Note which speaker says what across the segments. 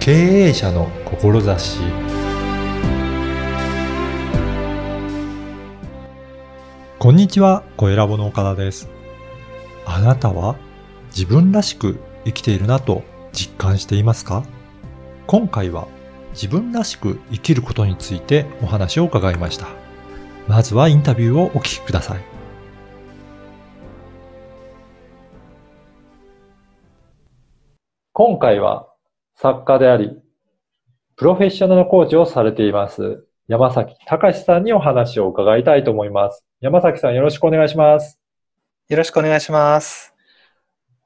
Speaker 1: 経営者の志こんにちは、声ラボの岡田です。あなたは自分らしく生きているなと実感していますか今回は自分らしく生きることについてお話を伺いました。まずはインタビューをお聞きください。今回は作家であり、プロフェッショナルコーチをされています、山崎隆さんにお話を伺いたいと思います。山崎さんよろしくお願いします。
Speaker 2: よろしくお願いします。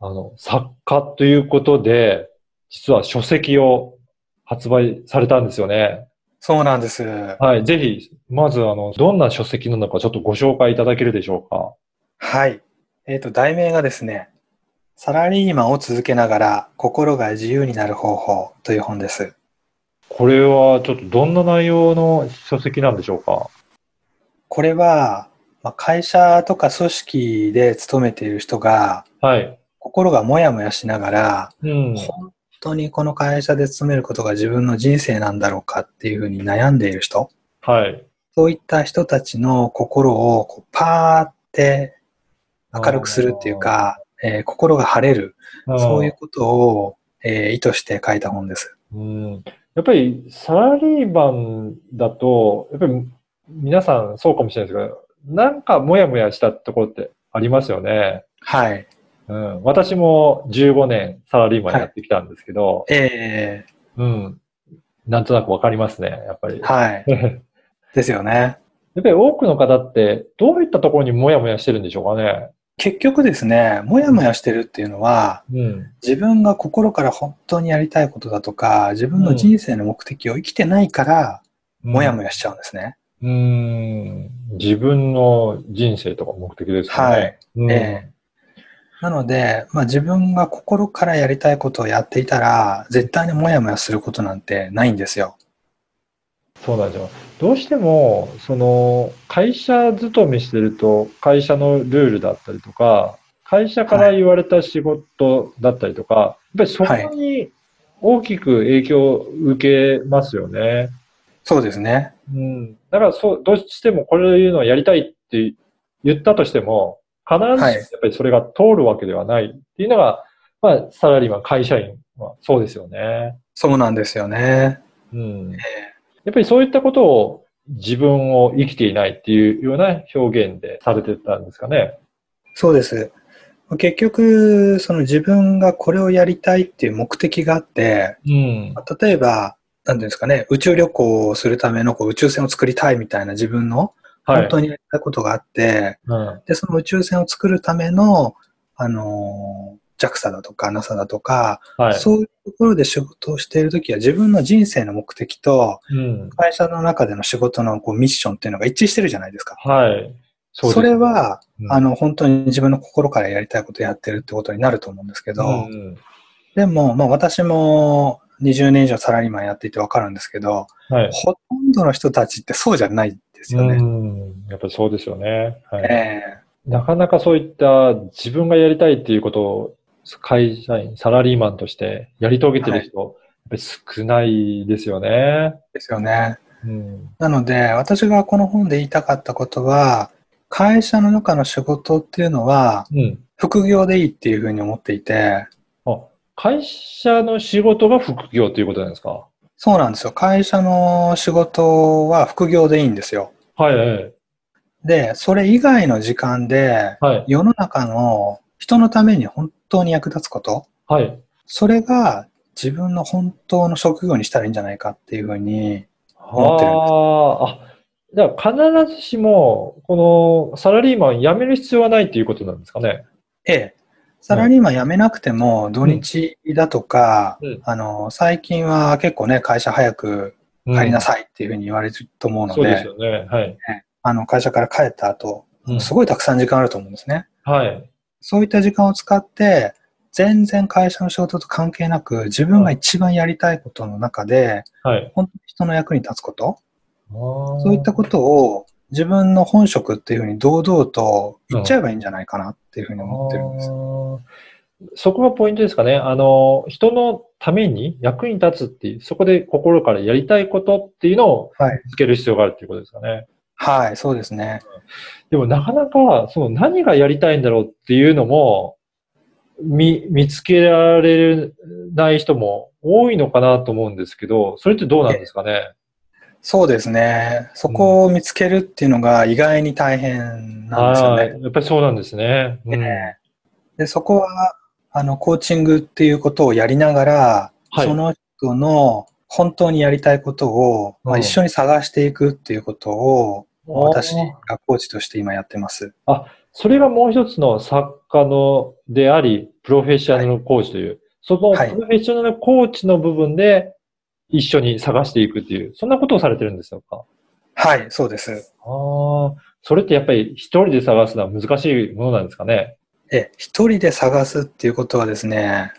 Speaker 1: あの、作家ということで、実は書籍を発売されたんですよね。
Speaker 2: そうなんです。
Speaker 1: はい、ぜひ、まずあの、どんな書籍なのかちょっとご紹介いただけるでしょうか。
Speaker 2: はい。えっ、と、題名がですね、サラリーマンを続けながら心が自由になる方法という本です。
Speaker 1: これはちょっとどんな内容の書籍なんでしょうか。
Speaker 2: これは、まあ、会社とか組織で勤めている人が
Speaker 1: はい。
Speaker 2: 心がもやもやしながら、
Speaker 1: うん。
Speaker 2: 本当にこの会社で勤めることが自分の人生なんだろうかっていうふうに悩んでいる人、
Speaker 1: はい。
Speaker 2: そういった人たちの心をこうパーって明るくするっていうか、えー心が晴れるそういうことを、えー意図して書いた本です。
Speaker 1: うんやっぱりサラリーマンだと、やっぱり皆さんそうかもしれないですけど、なんかモヤモヤしたところってありますよね。
Speaker 2: はい。
Speaker 1: うん、私も15年サラリーマンやってきたんですけど、
Speaker 2: え
Speaker 1: うん、なんとなくわかりますね、やっぱり。
Speaker 2: ー、はい。
Speaker 1: やっ
Speaker 2: ですよね。
Speaker 1: ぱり多くの方ってどういったところにモヤモヤしてるんでしょうかね。
Speaker 2: 結局ですね、もやもやしてるっていうのは、
Speaker 1: うん。
Speaker 2: 自分が心から本当にやりたいことだとか、自分の人生の目的を生きてないから、もやもやしちゃうんですね。
Speaker 1: うん。自分の人生とか目的ですよね。
Speaker 2: はい。
Speaker 1: うん
Speaker 2: えなので、まあ、自分が心からやりたいことをやっていたら、絶対にもやもやすることなんてないんですよ。
Speaker 1: そうなんですよ。どうしても、その、会社勤めしてると、会社のルールだったりとか、会社から言われた仕事だったりとか、やっぱりそこに大きく影響を受けますよね。
Speaker 2: そうですね。
Speaker 1: うん。だからそう、どうしてもこれいうのをやりたいって言ったとしても、必ず
Speaker 2: はい
Speaker 1: やっぱりそれが通るわけではないっていうのが、まあ、サラリーマン、会社員はそうですよね。
Speaker 2: そうなんですよね。
Speaker 1: うんやっぱりそういったことを自分を生きていないっていうような表現でされてたんですかね。
Speaker 2: そうです。結局、その自分がこれをやりたいっていう目的があって、
Speaker 1: うん。
Speaker 2: 例えば、なんていうんですかね、宇宙旅行をするためのこう宇宙船を作りたいみたいな自分の
Speaker 1: はい。
Speaker 2: 本当にやりたいことがあって、
Speaker 1: うん。
Speaker 2: で、その宇宙船を作るための、あのー JAXA だとか NASA だとか、
Speaker 1: はい。
Speaker 2: そういうところで仕事をしているときは自分の人生の目的と
Speaker 1: うん。
Speaker 2: 会社の中での仕事のこうミッションっていうのが一致してるじゃないですか。
Speaker 1: はい。
Speaker 2: そ
Speaker 1: そうです
Speaker 2: れ、は、
Speaker 1: うん
Speaker 2: あの、本当に自分の心からやりたいことをやってるってことになると思うんですけど、
Speaker 1: うん。
Speaker 2: でも、まあ私も20年以上サラリーマンやっていてわかるんですけど、
Speaker 1: はい。
Speaker 2: ほとんどの人たちってそうじゃないんですよ
Speaker 1: う
Speaker 2: ね。
Speaker 1: ん。やっぱりそうですよね。はい。
Speaker 2: ええ
Speaker 1: なかなかそういった自分がやりたいっていうことを会社員、サラリーマンとしてやり遂げてる人、やっぱり少ないですよね。
Speaker 2: ですよね。
Speaker 1: うん。
Speaker 2: なので、私がこの本で言いたかったことは、会社の中の仕事っていうのは、
Speaker 1: うん。
Speaker 2: 副業でいいっていうふうに思っていて、
Speaker 1: あ、会社の仕事が副業ということなんですか
Speaker 2: そうなんですよ。会社の仕事は副業でいいんですよ。
Speaker 1: はい、はい。
Speaker 2: で、それ以外の時間で、
Speaker 1: はい。
Speaker 2: 世の中の人のために本当に役立つこと、
Speaker 1: はい。
Speaker 2: それが自分の本当の職業にしたらいいんじゃないかっていうふうに、思ってるんです
Speaker 1: ああ、あ、だから必ずしも、このサラリーマン辞める必要はないっていうことなんですかね。
Speaker 2: ええ、サラリーマン辞めなくても土日だとか、
Speaker 1: うん
Speaker 2: あの、最近は結構ね、会社早く帰りなさいっていうふうに言われてると思うので、
Speaker 1: そうですよね。はい。
Speaker 2: あの、会社から帰った後、
Speaker 1: うん
Speaker 2: すごいたくさん時間あると思うんですね。
Speaker 1: はい。
Speaker 2: そういった時間を使って、全然会社の仕事と関係なく、自分が一番やりたいことの中で、
Speaker 1: はい。
Speaker 2: 本当に人の役に立つこと、
Speaker 1: そ
Speaker 2: そういったことを自分の本職っていうふうに堂々と言っちゃえばいいんじゃないかなっていうふうに思ってるんです。
Speaker 1: あーそこがポイントですかね。あの、人のために役に立つっていう、そこで心からやりたいことっていうのを
Speaker 2: はい。
Speaker 1: つける必要があるっていうことですかね。
Speaker 2: はい、そうですね。
Speaker 1: でもなかなか、その何がやりたいんだろうっていうのも、見、見つけられない人も多いのかなと思うんですけど、それってどうなんですかね。
Speaker 2: そうですね。そこを見つけるっていうのが意外に大変なんですよ
Speaker 1: は
Speaker 2: ね。
Speaker 1: い。やっぱりそうなんですね。うん
Speaker 2: ええでそこはあのコーチングっていうことをやりながら、
Speaker 1: はい
Speaker 2: その人の本当にやりたいことを、ま
Speaker 1: う
Speaker 2: あ、
Speaker 1: ん
Speaker 2: 一緒に探していくっていうことを、私
Speaker 1: あー
Speaker 2: がコーチとして今やってます。
Speaker 1: それがもう一つの作家のであり、プロフェッショナルのコーチという、その
Speaker 2: はい
Speaker 1: プロフェッショナルのコーチの部分で一緒に探していくっていう、そんなことをされてるんですよか
Speaker 2: はい、そうです。
Speaker 1: ああ、それってやっぱり一人で探すのは難しいものなんですかね。
Speaker 2: え、一人で探すっていうことはですね、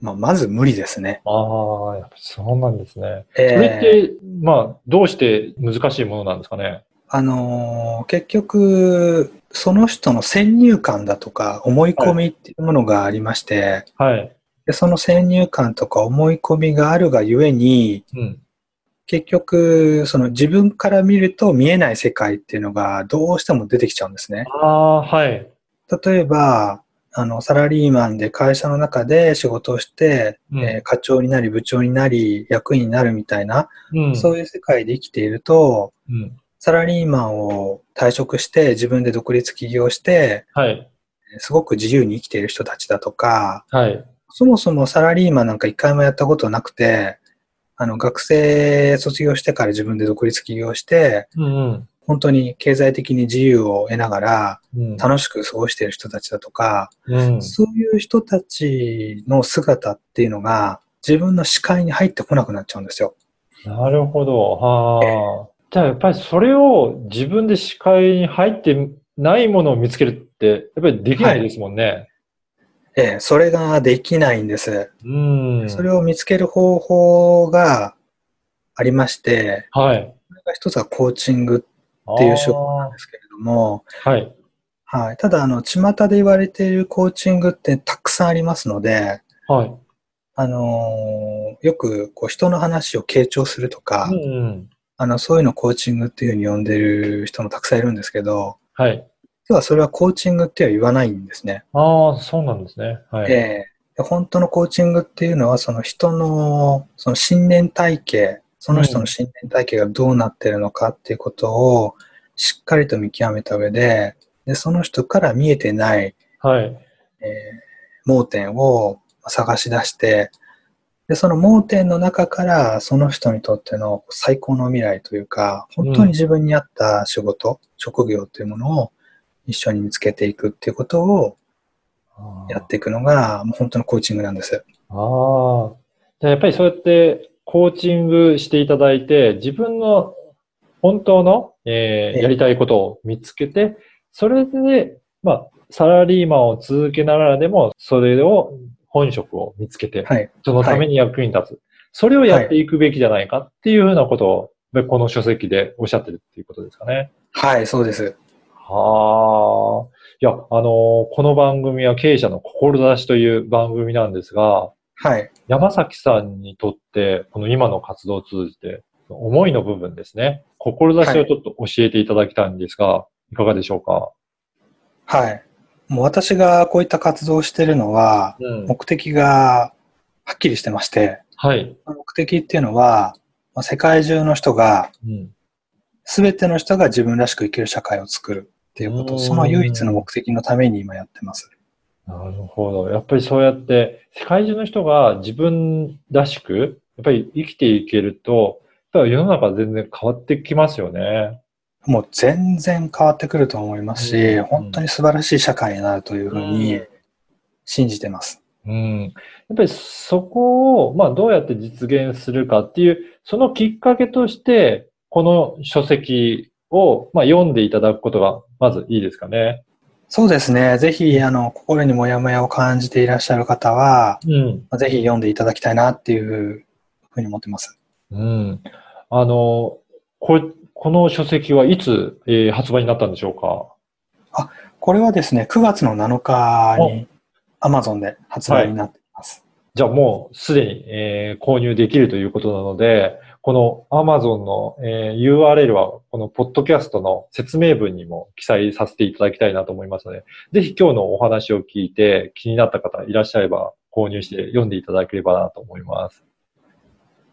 Speaker 2: まあ、まず無理ですね。
Speaker 1: ああ、やっぱそうなんですね。それっ
Speaker 2: えー
Speaker 1: て、まあ、どうして難しいものなんですかね。
Speaker 2: あのー結局、その人の先入観だとか思い込みっていうものがありまして、
Speaker 1: はい。
Speaker 2: でその先入観とか思い込みがあるがゆえに、
Speaker 1: うん。
Speaker 2: 結局、その自分から見ると見えない世界っていうのがどうしても出てきちゃうんですね。
Speaker 1: ああー、はい。
Speaker 2: 例えば、あの、サラリーマンで会社の中で仕事をして、
Speaker 1: うん
Speaker 2: えー課長になり部長になり役員になるみたいな、
Speaker 1: うん。。
Speaker 2: そうういう世界で生きていると、
Speaker 1: ん。
Speaker 2: サラリーマンを退職して自分で独立起業して、
Speaker 1: はい。
Speaker 2: すごく自由に生きている人たちだとか、
Speaker 1: はい。
Speaker 2: そもそもサラリーマンなんか一回もやったことなくて、あの、学生卒業してから自分で独立起業して、
Speaker 1: うんうん。
Speaker 2: 本当に経済的に自由を得ながら
Speaker 1: うん。
Speaker 2: 楽しく過ごしている人たちだとか、
Speaker 1: うん。
Speaker 2: そういう人たちの姿っていうのが自分の視界に入ってこなくなっちゃうんですよ。
Speaker 1: なるほど。はあ。じゃあやっぱりそれを自分で視界に入ってないものを見つけるって、やっぱりできないですもんね。
Speaker 2: ええ、それができないんです。
Speaker 1: うん。
Speaker 2: それを見つける方法がありまして、
Speaker 1: はい。
Speaker 2: それが一つはコーチング
Speaker 1: っ
Speaker 2: っていう手法なんですけれども、
Speaker 1: はい。
Speaker 2: はい。ただ、あの、巷で言われているコーチングってたくさんありますので、
Speaker 1: はい。
Speaker 2: あのーよく、こう、人の話を傾聴するとか、
Speaker 1: うんうん。
Speaker 2: あの、そういうのをコーチングっていうふうに呼んでる人もたくさんいるんですけど、
Speaker 1: はい。
Speaker 2: 実はそれはコーチングっては言わないんですね。
Speaker 1: ああ、そうなんですね。はい。
Speaker 2: ええ本当のコーチングっていうのは、その人の、その信念体系、その人の信念体系がどうなってるのかっていうことを、しっかりと見極めた上で、で、その人から見えてない、
Speaker 1: はい。
Speaker 2: えー盲点を探し出して、で、その盲点の中から、その人にとっての最高の未来というか、本当に自分に合った仕事、職業というものを一緒に見つけていくっていうことをやっていくのが、もう本当のコーチングなんです。
Speaker 1: ああ。じゃあやっぱりそうやってコーチングしていただいて、自分の本当の、えー
Speaker 2: ええ
Speaker 1: やりたいことを見つけて、それで、まあ、サラリーマンを続けながらでも、それを、本職を見つけて、
Speaker 2: はい。
Speaker 1: そのために役に立つ。それをやっていくべきじゃないかっていうふうなことを、この書籍でおっしゃってるっていうことですかね。
Speaker 2: はい、そうです。
Speaker 1: はあ。いや、あのーこの番組は経営者の志という番組なんですが、
Speaker 2: はい。
Speaker 1: 山崎さんにとって、この今の活動を通じて、思いの部分ですね。志をちょっと教えていただきたいんですが、い、かがでしょうか
Speaker 2: はい。もう私がこういった活動をしてるのは、
Speaker 1: うん
Speaker 2: 目的がはっきりしてまして、
Speaker 1: はい。
Speaker 2: 目的っていうのは、まあ世界中の人が、
Speaker 1: うん。
Speaker 2: すべての人が自分らしく生きる社会を作るっていうこ
Speaker 1: う
Speaker 2: と、
Speaker 1: ん
Speaker 2: その唯一の目的のために今やってます。
Speaker 1: なるほど。やっぱりそうやって、世界中の人が自分らしく、やっぱり生きていけると、やっぱり世の中は全然変わってきますよね。
Speaker 2: もう全然変わってくると思いますし、
Speaker 1: うん
Speaker 2: 本当に素晴らしい社会になるというふうに
Speaker 1: うん
Speaker 2: 信じてます。
Speaker 1: うん。やっぱりそこを、まあどうやって実現するかっていう、そのきっかけとして、この書籍を、まあ、読んでいただくことが、まずいいですかね。
Speaker 2: そうですね。ぜひ、あの、心にモヤモヤを感じていらっしゃる方は、
Speaker 1: うん。
Speaker 2: まあぜひ読んでいただきたいなっていうふうに思ってます。
Speaker 1: うん。あの、これ、この書籍はいつ、えー発売になったんでしょうか
Speaker 2: これはですね、9月の7日に Amazon で発売になっています。
Speaker 1: じゃあもうすでに、えー購入できるということなので、この Amazon の、えー URL はこのポッドキャストの説明文にも記載させていただきたいなと思いますので、ぜひ今日のお話を聞いて気になった方いらっしゃれば購入して読んでいただければなと思います。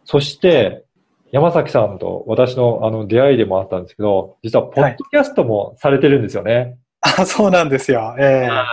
Speaker 1: そして、山崎さんと私のあの出会いでもあったんですけど、実はポッドキャストもされてるんですよね。
Speaker 2: あ、そうなんですよ。ええ
Speaker 1: はい。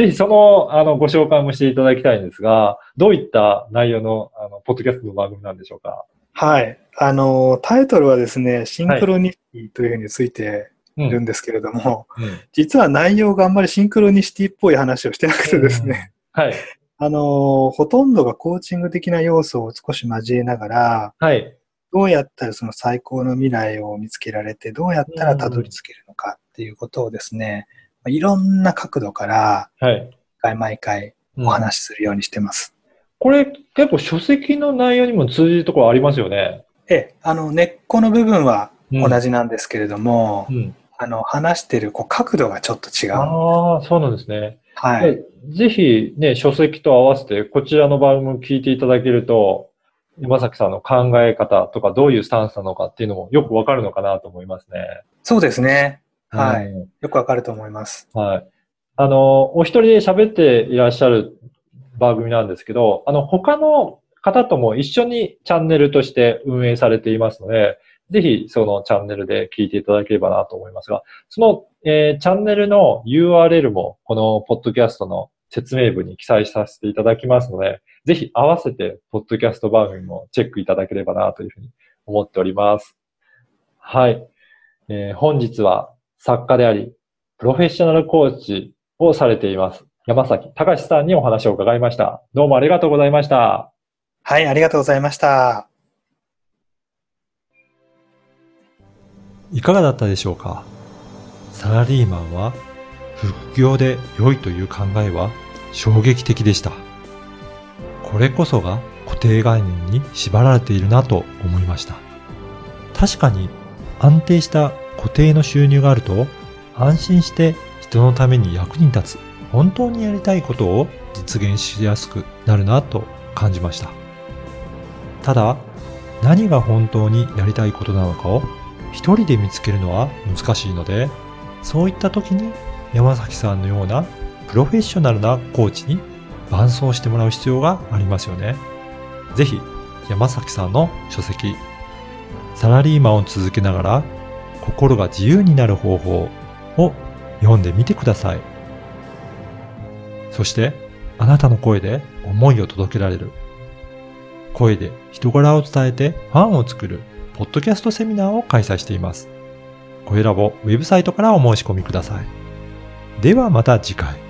Speaker 1: ぜひその、あの、ご紹介もしていただきたいんですが、どういった内容の、あの、ポッドキャストの番組なんでしょうか
Speaker 2: はい。あの、タイトルはですね、シンクロニシティというふうについて
Speaker 1: う
Speaker 2: いるんですけれども、実は内容があんまりシンクロニシティっぽい話をしてなくてですね、
Speaker 1: はい。
Speaker 2: あの、ほとんどがコーチング的な要素を少し交えながら、
Speaker 1: はい。
Speaker 2: どうやったらその最高の未来を見つけられて、どうやったらたどり着けるのかっていうことをですね、まあいろんな角度から
Speaker 1: はい。
Speaker 2: 毎回毎回お話しするようにしてます。
Speaker 1: これ、結構書籍の内容にも通じるところありますよね。
Speaker 2: ええ、あの、根っこの部分は
Speaker 1: うん
Speaker 2: 同じなんですけれども、
Speaker 1: うん。
Speaker 2: あの、話してるこう角度がちょっと違う。
Speaker 1: ああ、そうなんですね。
Speaker 2: はい。
Speaker 1: でぜひ、ね、書籍と合わせて、こちらの番組を聞いていただけると、山崎さんの考え方とか、どういうスタンスなのかっていうのもよくわかるのかなと思いますね。
Speaker 2: そうですね。はい
Speaker 1: うん
Speaker 2: よくわかると思います。
Speaker 1: はい。あの、お一人で喋っていらっしゃる番組なんですけど、あの、他の方とも一緒にチャンネルとして運営されていますので、ぜひそのチャンネルで聞いていただければなと思いますが、その、えーチャンネルの URL もこのポッドキャストの説明文に記載させていただきますので、ぜひ合わせてポッドキャスト番組もチェックいただければなというふうに思っております。はい。えー本日は作家であり、プロフェッショナルコーチをされています。山崎隆さんにお話を伺いました。どうもありがとうございました。
Speaker 2: はい、ありがとうございました。
Speaker 3: いかがだったでしょうかサラリーマンは副業で良いという考えは衝撃的でした。これこそが固定概念に縛られているなと思いました。確かに安定した固定の収入があると安心して人のために役に立つ本当にやりたいことを実現しやすくなるなと感じました。ただ何が本当にやりたいことなのかを一人で見つけるのは難しいのでそういった時に山崎さんのようなプロフェッショナルなコーチに伴走してもらう必要がありますよねぜひ山崎さんの書籍サラリーマンを続けながら心が自由になる方法を読んでみてくださいそしてあなたの声で思いを届けられる声で人柄を伝えてファンを作るポッドキャストセミナーを開催しています。コエラボウェブサイトからお申し込みください。ではまた次回。